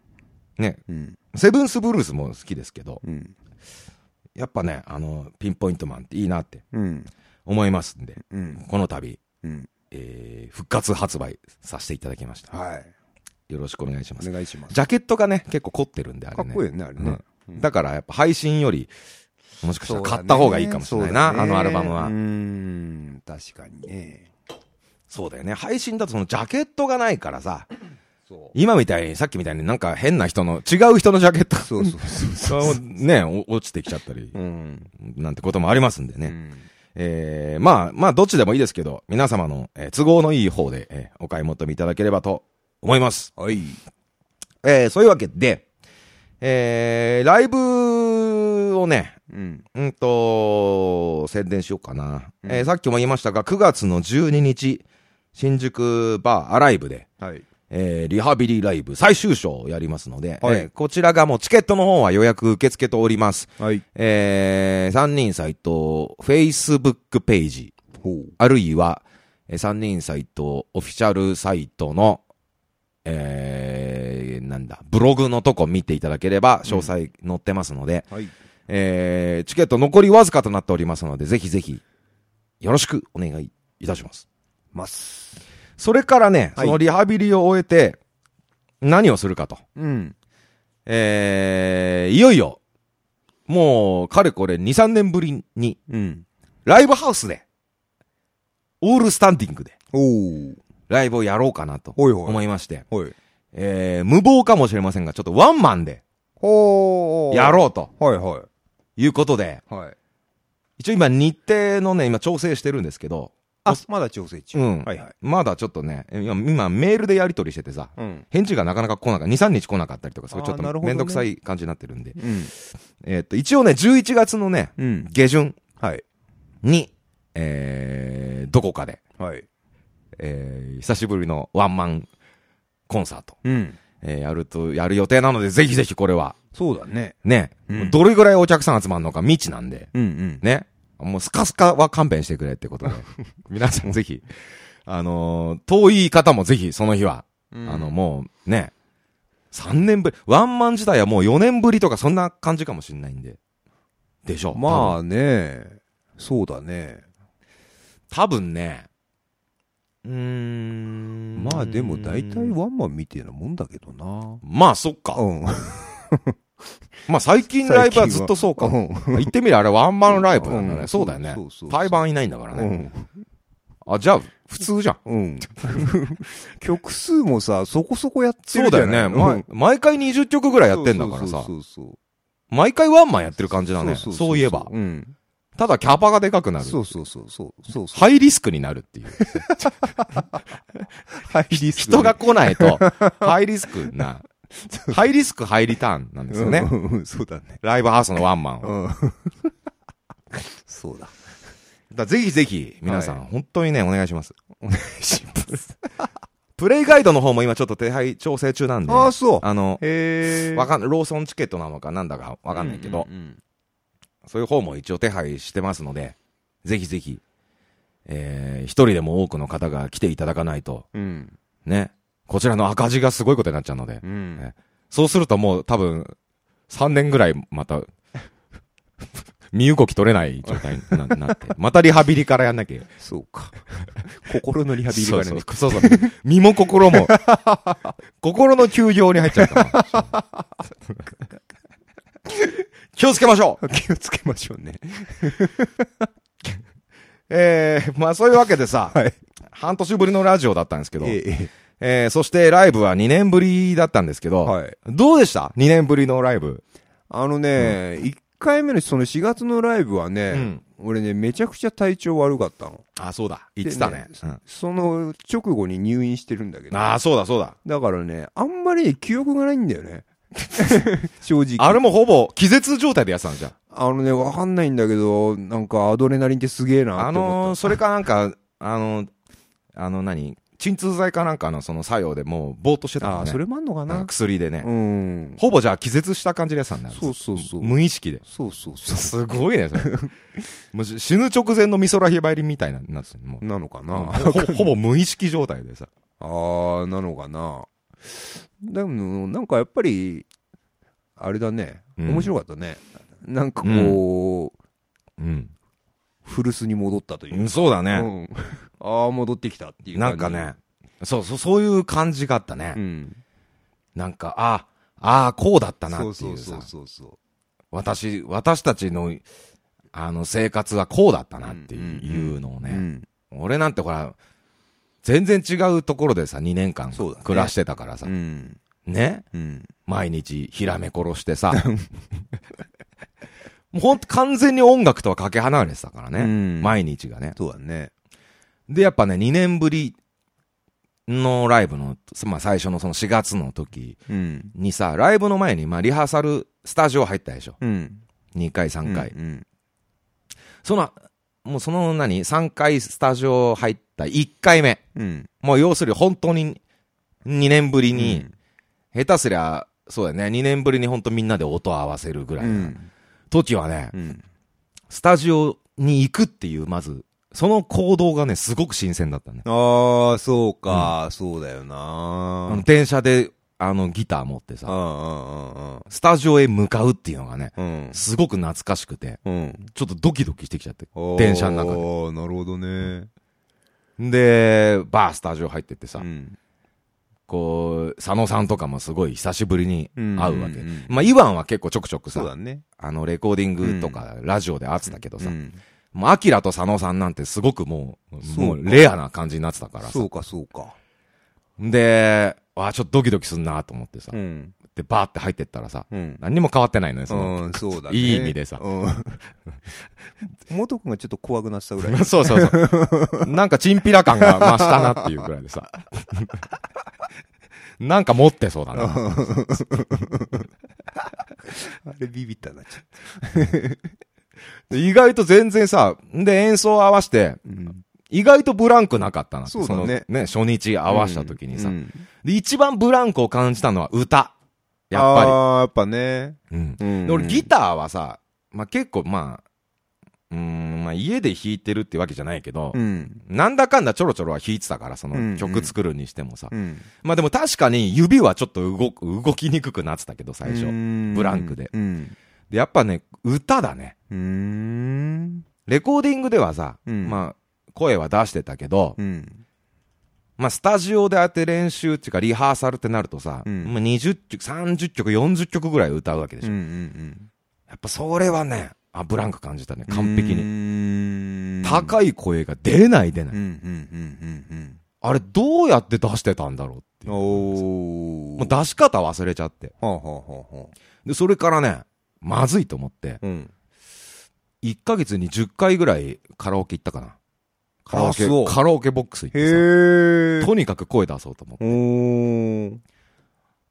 Speaker 2: ね。
Speaker 3: うん。
Speaker 2: セブンスブルースも好きですけど、
Speaker 3: うん。
Speaker 2: やっぱね、あの、ピンポイントマンっていいなって
Speaker 3: うん。
Speaker 2: 思いますんで、
Speaker 3: うん。
Speaker 2: この度、
Speaker 3: うん。
Speaker 2: えー復活発売させていただきました。
Speaker 3: はい。
Speaker 2: よろしくお願いします
Speaker 3: お。願いします。
Speaker 2: ジャケットがね、結構凝ってるんで、あれ
Speaker 3: か
Speaker 2: ね。
Speaker 3: っこいいよね、あれね。
Speaker 2: うんだから、やっぱ配信より、もしかしたら買った方がいいかもしれないな、あのアルバムは。
Speaker 3: うーん、確かにね。
Speaker 2: そうだよね。配信だとそのジャケットがないからさ、
Speaker 3: そう。
Speaker 2: 今みたいに、さっきみたいになんか変な人の、違う人のジャケット
Speaker 3: そうそうそ
Speaker 2: <laughs>
Speaker 3: うそ
Speaker 2: がね、お落ちてきちゃったり
Speaker 3: う。、うん。
Speaker 2: なんてこともありますんでね。
Speaker 3: うん
Speaker 2: えーまあ、まあ、どっちでもいいですけど、皆様の、えー都合のいい方で、えーお買い求めいただければと思います。
Speaker 3: はい。
Speaker 2: えーそういうわけで、えーライブをね、
Speaker 3: うん。
Speaker 2: うんと、宣伝しようかな。えーさっきも言いましたが、9月の12日、新宿バーアライブで、
Speaker 3: はい。
Speaker 2: ええーリハビリライブ最終章をやりますので、
Speaker 3: はい
Speaker 2: えーこちらがもうチケットの方は予約受け付けております。
Speaker 3: はい。
Speaker 2: えー、三人斎藤、Facebook ページ、
Speaker 3: ほう。
Speaker 2: あるいは、えー三人斎藤オフィシャルサイトの、えー、なんだ、ブログのとこ見ていただければ、詳細載ってますので、
Speaker 3: はい。
Speaker 2: えー、チケット残りわずかとなっておりますので、ぜひぜひ、よろしくお願いいたします。
Speaker 3: ます。
Speaker 2: それからね、
Speaker 3: はい
Speaker 2: そのリハビリを終えて、何をするかと。
Speaker 3: うん。
Speaker 2: えー、いよいよ、もう、かれこれ2、3年ぶりに、
Speaker 3: うん。
Speaker 2: ライブハウスで、オールスタンディングで、
Speaker 3: おー。
Speaker 2: ライブをやろうかなと、
Speaker 3: ほいほい
Speaker 2: 思いまして、
Speaker 3: ほい。
Speaker 2: えー、無謀かもしれませんが、ちょっとワンマンで、
Speaker 3: ほー。
Speaker 2: やろうと
Speaker 3: う。はいは
Speaker 2: いうことで、
Speaker 3: い。はい。
Speaker 2: 一応今日程のね、今調整してるんですけど、
Speaker 3: あ、まだ調整中。
Speaker 2: うん。
Speaker 3: はいはい。
Speaker 2: まだちょっとね、今、今メールでやり取りしててさ、
Speaker 3: うん。
Speaker 2: 返事がなかなか来なかった、2、3日来なかったりとか、そういうちょっ
Speaker 3: あーなる
Speaker 2: と
Speaker 3: ほど
Speaker 2: め
Speaker 3: ね
Speaker 2: んどくさい感じになってるんで、
Speaker 3: うん。
Speaker 2: えーっと、一応ね、11月のね、
Speaker 3: うん。
Speaker 2: 下旬
Speaker 3: はい。
Speaker 2: に、えー、どこかで、
Speaker 3: はい。
Speaker 2: えー、久しぶりのワンマンコンサート、
Speaker 3: うん。
Speaker 2: えー、やると、やる予定なので、ぜひぜひこれは、
Speaker 3: そうだね。
Speaker 2: ね、
Speaker 3: うん
Speaker 2: どれぐらいお客さん集まるのか未知なんで、
Speaker 3: うんうん。
Speaker 2: ね、もうスカスカは勘弁してくれって
Speaker 3: <laughs>
Speaker 2: ことで、皆さんぜひ、あのー遠い方もぜひその日は、
Speaker 3: うん
Speaker 2: あの、もうね、3年ぶり、ワンマン自体はもう4年ぶりとかそんな感じかもしんないんで、でしょう。
Speaker 3: まあね、そうだね。
Speaker 2: 多分ね。うーん
Speaker 3: まあでも大体ワンマンみてえなもんだけどな。
Speaker 2: まあそっか。
Speaker 3: うん。
Speaker 2: まあ最近ライブはずっと
Speaker 3: <laughs>
Speaker 2: そうか。
Speaker 3: うん
Speaker 2: 言ってみればあれワンマンライブなんだね。
Speaker 3: うん
Speaker 2: そうだよね
Speaker 3: そうそうそう。
Speaker 2: 対バンいないんだから
Speaker 3: う
Speaker 2: ね。
Speaker 3: ん。
Speaker 2: あ、じゃあ普通じゃん。
Speaker 3: うん。 <laughs> 曲数もさ、そこそこやって
Speaker 2: そう
Speaker 3: るじ
Speaker 2: だ
Speaker 3: ゃ
Speaker 2: よ
Speaker 3: ない
Speaker 2: ね。毎毎回20曲ぐらいやってんだからさ
Speaker 3: そ。うそうそう
Speaker 2: 毎回ワンマンやってる感じだ
Speaker 3: そう
Speaker 2: ね。
Speaker 3: そ
Speaker 2: そういえば。
Speaker 3: うん。
Speaker 2: ただキャパがでかくなる。
Speaker 3: そうそうそうそう。そうそう。
Speaker 2: ハイリスクになるっ
Speaker 3: <laughs>
Speaker 2: ていう。
Speaker 3: ハイリスク
Speaker 2: 人が来ないと、ハイリスクな、ハイリスク、ハイリターンなんですよね。
Speaker 3: うんうんうんそうだね。
Speaker 2: ライブハウスのワンマンは。
Speaker 3: うん。そうだ。
Speaker 2: だからぜひぜひ、皆さん、
Speaker 3: は
Speaker 2: 本当にね、お願いします。お願いします。プレイガイドの方も今ちょっと手配調整中なんで、
Speaker 3: ああ、そう。
Speaker 2: あの、
Speaker 3: へえ。
Speaker 2: わかん、ローソンチケットなのかなんだかわかんないけど、
Speaker 3: うんうん
Speaker 2: そういう方も一応手配してますので、ぜひぜひ、えー、一人でも多くの方が来ていただかないと、
Speaker 3: うん。
Speaker 2: ね、こちらの赤字がすごいことになっちゃうので、
Speaker 3: うんうん
Speaker 2: ねそうするともう多分、3年ぐらいまた、 <laughs> 身動き取れない状態にななって、またリハビリからやんなきゃ
Speaker 3: そう
Speaker 2: <laughs>
Speaker 3: か。心のリハビリ
Speaker 2: そ
Speaker 3: が
Speaker 2: う
Speaker 3: ね。
Speaker 2: そうそうそう。身も心 <laughs> も。心の休業に入っちゃうから。気をつけましょう
Speaker 3: 気をつけましょうね。
Speaker 2: えー、まあそういうわけでさ、
Speaker 3: はい。
Speaker 2: 半年ぶりのラジオだったんですけど、
Speaker 3: え
Speaker 2: え
Speaker 3: ええ
Speaker 2: ー、そしてライブは2年ぶりだったんですけ
Speaker 3: え。
Speaker 2: ど、
Speaker 3: はい。
Speaker 2: どうでした ?2 年ぶりのライブ。
Speaker 3: あのね、1回目のその4月のライブはね、俺ね、めちゃくちゃ体調悪かったの。
Speaker 2: あ、そうだ。言
Speaker 3: 言
Speaker 2: っ
Speaker 3: って
Speaker 2: た
Speaker 3: てた
Speaker 2: ね
Speaker 3: ね。
Speaker 2: うん
Speaker 3: その直後に入院してるんだけど。
Speaker 2: ああ、そうだそうだ。
Speaker 3: だからね、あんまり記憶がないんだ
Speaker 2: <laughs>
Speaker 3: よね。正直。
Speaker 2: あれもほぼ気絶状態でやってたんじゃん。
Speaker 3: あのね、わかんないんだけど、なんかアドレナリンってすげえな
Speaker 2: あ
Speaker 3: って思
Speaker 2: の
Speaker 3: っ
Speaker 2: ー、それかなんか、あのー、あの何鎮痛剤かなんかのその作用でもうぼーっとして
Speaker 3: た。
Speaker 2: たから
Speaker 3: ああー、
Speaker 2: ね
Speaker 3: そ。れもあんのか
Speaker 2: なんか
Speaker 3: な
Speaker 2: 薬でね。
Speaker 3: うん。
Speaker 2: ほぼじゃあ気絶した感じのやつなんだよ
Speaker 3: そうそうそう。
Speaker 2: 無意識で。
Speaker 3: そうそうそ
Speaker 2: すごいね、
Speaker 3: <laughs>
Speaker 2: それ。もう死ぬ直前の美空ひばりみたいな、なってるも
Speaker 3: <laughs> う。
Speaker 2: う
Speaker 3: なのか
Speaker 2: も
Speaker 3: な
Speaker 2: うほほぼ無意識状態でさ。
Speaker 3: ああ、なのかな。でも、なんかやっぱり、あれだね、
Speaker 2: うん
Speaker 3: 面白かったね。なんかこう、
Speaker 2: うん。
Speaker 3: 古巣に戻ったという。
Speaker 2: そうだ
Speaker 3: う
Speaker 2: ね。
Speaker 3: ん、ああ、戻ってきたっていう
Speaker 2: なん
Speaker 3: 感じ
Speaker 2: かね。、そうそう、そういう感じがあったね。
Speaker 3: うん。
Speaker 2: なんか、ああ、ああ、こうだったなって
Speaker 3: そ
Speaker 2: いううさ。
Speaker 3: そうそうそうそ
Speaker 2: 私、私たちの、あの、生活はこうだったなって
Speaker 3: うんうん
Speaker 2: いうのを
Speaker 3: う。
Speaker 2: ね。
Speaker 3: うん。
Speaker 2: 俺なんてほら、全然違うところでさ、2年間、
Speaker 3: そうだね
Speaker 2: 暮らしてたからさ。
Speaker 3: うん。
Speaker 2: ね
Speaker 3: うん。
Speaker 2: 毎日ひらめ殺してさ、 <laughs> もうほんと完全に音楽とはかけ離れてたからね、
Speaker 3: うん
Speaker 2: 毎日がね。
Speaker 3: そうだね。
Speaker 2: で、やっぱね、2年ぶりのライブの、まあ最初のその4月の時
Speaker 3: うん。
Speaker 2: にさ、ライブの前にまあリハーサル、スタジオ入ったでしょ。
Speaker 3: うん。
Speaker 2: 2回、3回。
Speaker 3: うん。
Speaker 2: その、もうその何、3回スタジオ入った1回目。
Speaker 3: うん。
Speaker 2: もう要するに本当に2年ぶりに、
Speaker 3: うん
Speaker 2: 下手すりゃ、そうだね、2年ぶりにほんとみんなで音を合わせるぐらいな時はね、
Speaker 3: うん
Speaker 2: スタジオに行くっていう、まず、その行動がね、すごく新鮮だったね。
Speaker 3: ああ、そうか、そうだよな
Speaker 2: あの電車で、あの、ギター持ってさ、
Speaker 3: あ
Speaker 2: スタジオへ向かうっていうのがね、
Speaker 3: あ、うんうんうん。
Speaker 2: すごく懐かしくて、
Speaker 3: うん。
Speaker 2: ちょっとドキドキしてきちゃって
Speaker 3: うん。、
Speaker 2: 電車の中で。
Speaker 3: 中で。なるほどね。
Speaker 2: で、バースタジオ入ってってさ、
Speaker 3: ん。
Speaker 2: こう、佐野さんとかもすごい久しぶりに会うわけ。
Speaker 3: うんうんうん
Speaker 2: まあ、イワンは結構ちょくちょく
Speaker 3: そうだ
Speaker 2: さ、
Speaker 3: ね。
Speaker 2: あの、レコーディングとか、ラジオで会ってたけどさ、
Speaker 3: うん
Speaker 2: もう、アキラと佐野さんなんてすごくもう、
Speaker 3: そう
Speaker 2: もう、レアな感じになってたからさ
Speaker 3: そ。うか、そうか。
Speaker 2: で、あーちょっとドキドキすんなと思ってさ、
Speaker 3: うん。
Speaker 2: で、バーって入ってったらさ、
Speaker 3: うん。
Speaker 2: 何にも変わってないのよ、その。
Speaker 3: うん、そうだね。
Speaker 2: いい意味でさ
Speaker 3: うん。 <laughs> 元くんがちょっと怖くなってたぐ
Speaker 2: <laughs>
Speaker 3: らい。
Speaker 2: そうそう
Speaker 3: <laughs>
Speaker 2: そう。なんかチンピラ感が増したなっていうぐらいでさ。なんか持ってそうだな。
Speaker 3: あれビビったな、ちょっ
Speaker 2: 意外と全然さ、で演奏合わせて、
Speaker 3: と。うん
Speaker 2: 意外とブランクなかったなって
Speaker 3: そうだね
Speaker 2: のね、初日合わした時にさ、
Speaker 3: うん
Speaker 2: で。一番ブランクを感じたのは歌。やっぱ
Speaker 3: ああ、やっぱね。
Speaker 2: り。うん。
Speaker 3: う
Speaker 2: で
Speaker 3: ん
Speaker 2: 俺ギターはさ、まあ、結構まあ、うーん、まあ、家で弾いてるってわけじゃないけど、
Speaker 3: うん。
Speaker 2: なんだかんだちょろちょろは弾いてたから、そ
Speaker 3: うんう
Speaker 2: の
Speaker 3: ん
Speaker 2: 曲作るにしてもさ。
Speaker 3: うん。
Speaker 2: まあでも確かに指はちょっと動く、動きにくくなってたけど、最初。
Speaker 3: 初
Speaker 2: ブランクで
Speaker 3: うん。
Speaker 2: で、やっぱね、歌だね。
Speaker 3: うーん。
Speaker 2: レコーディングではさ、
Speaker 3: うん
Speaker 2: まあ、声は出してたけど、
Speaker 3: うん。
Speaker 2: まあ、スタジオであって練習っていうか、リハーサルってなるとさ、
Speaker 3: うん
Speaker 2: まあ20曲、30曲、40曲ぐらい歌うわけでし
Speaker 3: う
Speaker 2: ょ。
Speaker 3: んうん
Speaker 2: やっぱそれはね、あ、ブランク感じたね、
Speaker 3: うん。
Speaker 2: 完璧に。
Speaker 3: にい。
Speaker 2: 高い声が出ない出ない。
Speaker 3: うんうんうん
Speaker 2: あれ、どうやって出してたんだろうって
Speaker 3: うん
Speaker 2: い
Speaker 3: う
Speaker 2: う。
Speaker 3: ん。おー。
Speaker 2: もう出し方忘れちゃって。
Speaker 3: はあはあはあはあ。
Speaker 2: で、それからね、まずいと思って、
Speaker 3: うん。
Speaker 2: 1ヶ月に10回ぐらいカラオケ行ったかな。カラオケ
Speaker 3: あそう、
Speaker 2: カラオケボックス行っ
Speaker 3: へ
Speaker 2: て
Speaker 3: え
Speaker 2: さ、。とにかく声出そうと思って
Speaker 3: おー。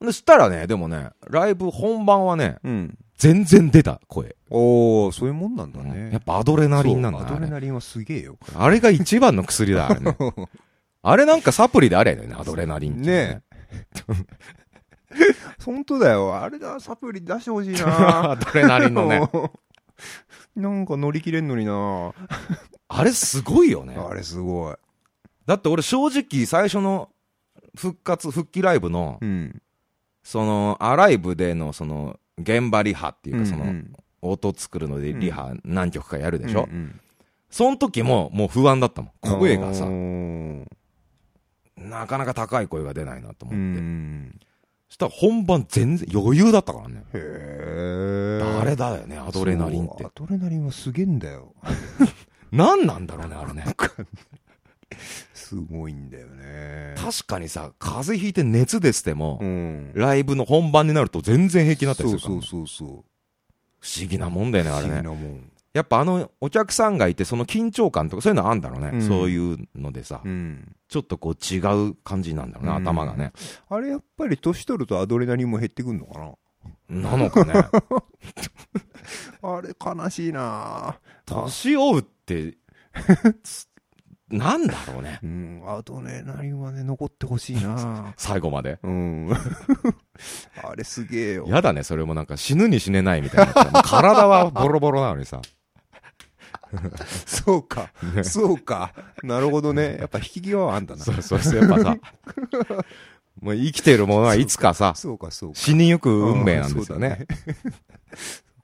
Speaker 2: で、したらね、でもね、ライブ本番はね、
Speaker 3: うん。
Speaker 2: 全然出た、声。
Speaker 3: おー、そういうもんなんだ
Speaker 2: うん。
Speaker 3: ね
Speaker 2: やっぱアドレナリンなんだ
Speaker 3: そう
Speaker 2: ね
Speaker 3: ア
Speaker 2: あ
Speaker 3: ドレナ
Speaker 2: れ。
Speaker 3: リンはすげえよ。
Speaker 2: あれが一番の薬だ、あれ <laughs> ね。あれなんかサプリであれやねんね、アドレナリンって。
Speaker 3: ね <laughs> 本当だよ。あれだ、サプリ出してほしいな。
Speaker 2: <laughs> <laughs> アドレナリンのね。
Speaker 3: <laughs> なんか乗り切れんのにな。
Speaker 2: あれすごいよね。
Speaker 3: あれすごい。
Speaker 2: だって俺正直最初の復活、復帰ライブの、
Speaker 3: うん。
Speaker 2: その、アライブでのその、現場リハっていうかその、
Speaker 3: うん
Speaker 2: 音作るのでリハ何曲かやるでしょ、
Speaker 3: うんうん
Speaker 2: その時ももう不安だったもん。声がさ
Speaker 3: う、ん
Speaker 2: なかなか高い声が出ないなと
Speaker 3: う
Speaker 2: 思って。
Speaker 3: ん。
Speaker 2: そしたら本番全然余裕だったからね。
Speaker 3: へえ。
Speaker 2: あれだよね、ア
Speaker 3: ア
Speaker 2: ドレナリンって
Speaker 3: ア。ドレナリンはすげえんだよ。 <laughs>
Speaker 2: 何なんだろうね、あれね。
Speaker 3: すごいんだよね。
Speaker 2: 確かにさ、風邪ひいて熱出しても、
Speaker 3: うん。
Speaker 2: ライブの本番になると全然平気になったりす
Speaker 3: そう
Speaker 2: るから
Speaker 3: そ
Speaker 2: ね、
Speaker 3: うそうそう。
Speaker 2: 不思議なもんだよね、あれ
Speaker 3: 不
Speaker 2: ね。
Speaker 3: 思議なもん。
Speaker 2: やっぱあの、お客さんがいて、その緊張感とかそういうのあんだろうね。
Speaker 3: うん
Speaker 2: そういうのでさ、
Speaker 3: うん。
Speaker 2: ちょっとこう違う感じなんだろうね、
Speaker 3: うん
Speaker 2: 頭がね。
Speaker 3: あれやっぱり年取るとアドレナリンも減ってくんのかな
Speaker 2: なのかね。
Speaker 3: あれ悲しいな
Speaker 2: 年を追うって、 <laughs> つなんだろうね。
Speaker 3: うん、アドレナリンはね、残ってほしい
Speaker 2: <laughs>
Speaker 3: な
Speaker 2: 最後まで。
Speaker 3: うん。 <laughs> あれすげえよ。
Speaker 2: やだね、それもなんか死ぬに死ねないみたいになっちゃう。もう体はボロボロなのにさ。
Speaker 3: そうか。そうか。なるほどね。やっぱ引き際はあんだな。
Speaker 2: そうそうそう、やっぱさ。 <laughs> もう生きてるものはいつかさ、
Speaker 3: そうか、そうか。
Speaker 2: 死にゆく運命なんですよ
Speaker 3: うん
Speaker 2: ね。。
Speaker 3: そうだ <laughs> そうか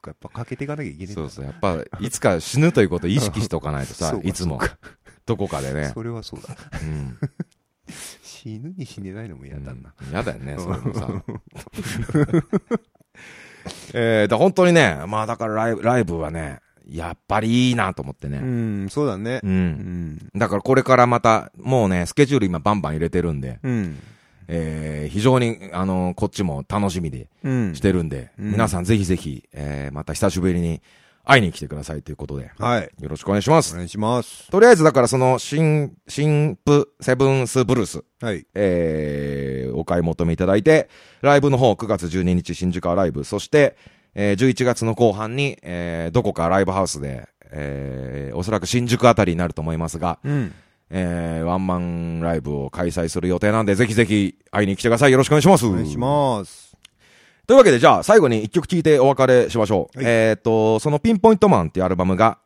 Speaker 3: やっぱかけていかなきゃいけないんだ
Speaker 2: そうそう、やっぱ、いつか死ぬということを意識しておかないと
Speaker 3: そ
Speaker 2: さ
Speaker 3: う、か
Speaker 2: いつも
Speaker 3: そ、
Speaker 2: どこかでね。
Speaker 3: それはそうだ。
Speaker 2: うん。
Speaker 3: 死ぬに死ねないのも嫌だな。
Speaker 2: うん。やだよね、それもさ。 <laughs> えー、だ本当にね、まあだからライブ、ライブはね、やっぱりいいなと思って
Speaker 3: う
Speaker 2: ね。
Speaker 3: ん、そうだね
Speaker 2: う。。
Speaker 3: うんん。
Speaker 2: だからこれからまた、もうね、スケジュール今バンバン入れてるんで、
Speaker 3: うん。
Speaker 2: えー、非常に、あのこっちも楽しみで
Speaker 3: うん
Speaker 2: し。てるんで、
Speaker 3: うん
Speaker 2: 皆さんぜひぜひ、えー、また久しぶりに会いに来てくださいということで、
Speaker 3: はい。
Speaker 2: よろしくお願いしま
Speaker 3: お
Speaker 2: す。
Speaker 3: 願いします。
Speaker 2: とりあえずだからその、新、新プセブンスブルース、
Speaker 3: はい。
Speaker 2: えー、お買い求めいただいて、ライブの方9月12日新宿アライブ、そして、えー、11月の後半に、えー、どこかライブハウスで、えー、おそらく新宿あたりになると思いますが、
Speaker 3: うん。
Speaker 2: えー、ワンマンライブを開催する予定なんで、ぜひぜひ会いに来てください。よろしくお願いします。
Speaker 3: お願いします。
Speaker 2: というわけで、じゃあ最後に一曲聴いてお別れしましょう。
Speaker 3: はい
Speaker 2: えっ、と、そのピンポイントマンっていうアルバムが、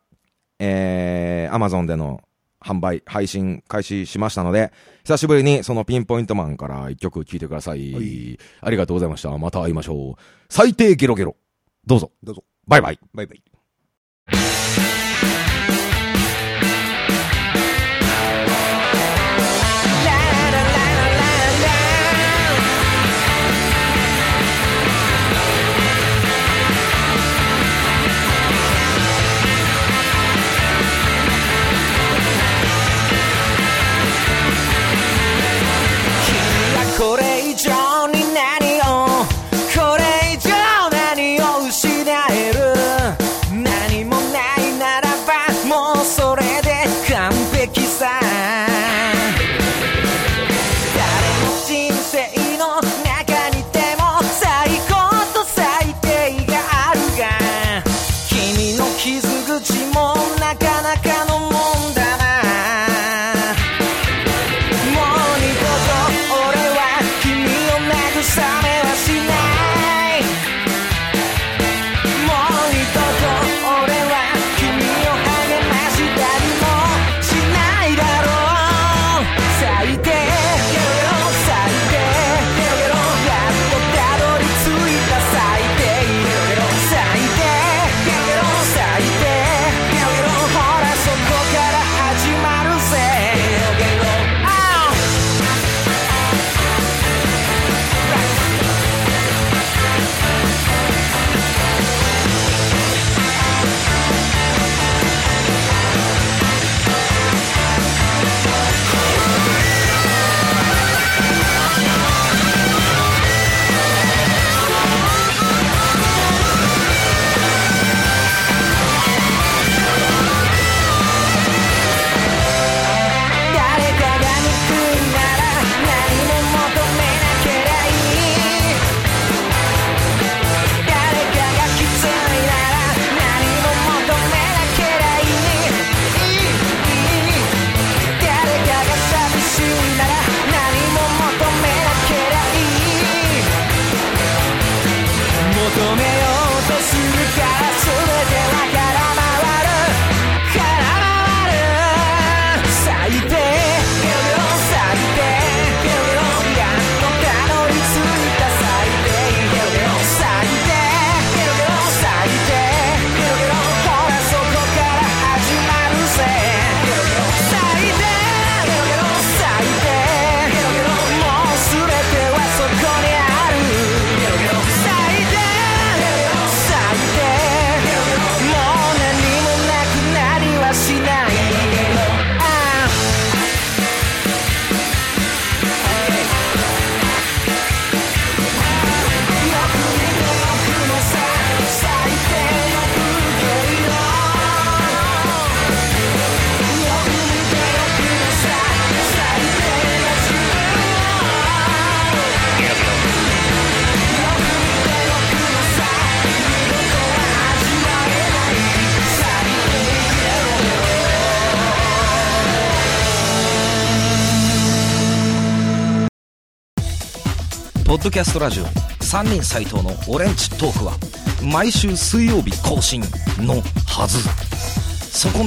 Speaker 2: えー、Amazon での販売、配信開始しましたので、久しぶりにそのピンポイントマンから一曲聴いてください,、
Speaker 3: はい
Speaker 2: ありがとうございました。また会いましょう。最低ゲロゲロ。どうぞ。
Speaker 3: どうぞ。
Speaker 2: バイバイ。
Speaker 3: バイバイ。
Speaker 1: 君はこれ以上に何をこれ以上何を失える何もないならばもうそれで完璧さ誰も人生の中にでも最高と最低があるが君の傷口もなかなかのもんだなもう二度と俺は君を慰めはしないもう二度と俺は君を励ましたりもしないだろう最低ゲロゲロ最低ゲロゲロやっとたどり着いた最低ゲロゲロ最低ゲロゲロ最低ゲロゲロほらそこから始まるぜゲロゲロ Ow! 誰かが憎いなら何も求めなけりゃいい誰かがきついなら何も求めなけりゃいい誰かが寂しいなら何も求めなけりゃいい求めようとするから全ては空回る空回る最低ゲロゲロ最低ゲロゲロやっとたどり着いた最低ゲロゲロ最低ゲロゲロ最低ゲロゲロほらそこから始まるぜゲロゲロ最低ゲロゲロ最低ゲロゲロもう全てはそこにある最低最低もう何もないならばなくなりはしないああ
Speaker 4: ポッドキャストラジオ三人斎藤のオレンジトークは毎週水曜日更新のはずそこん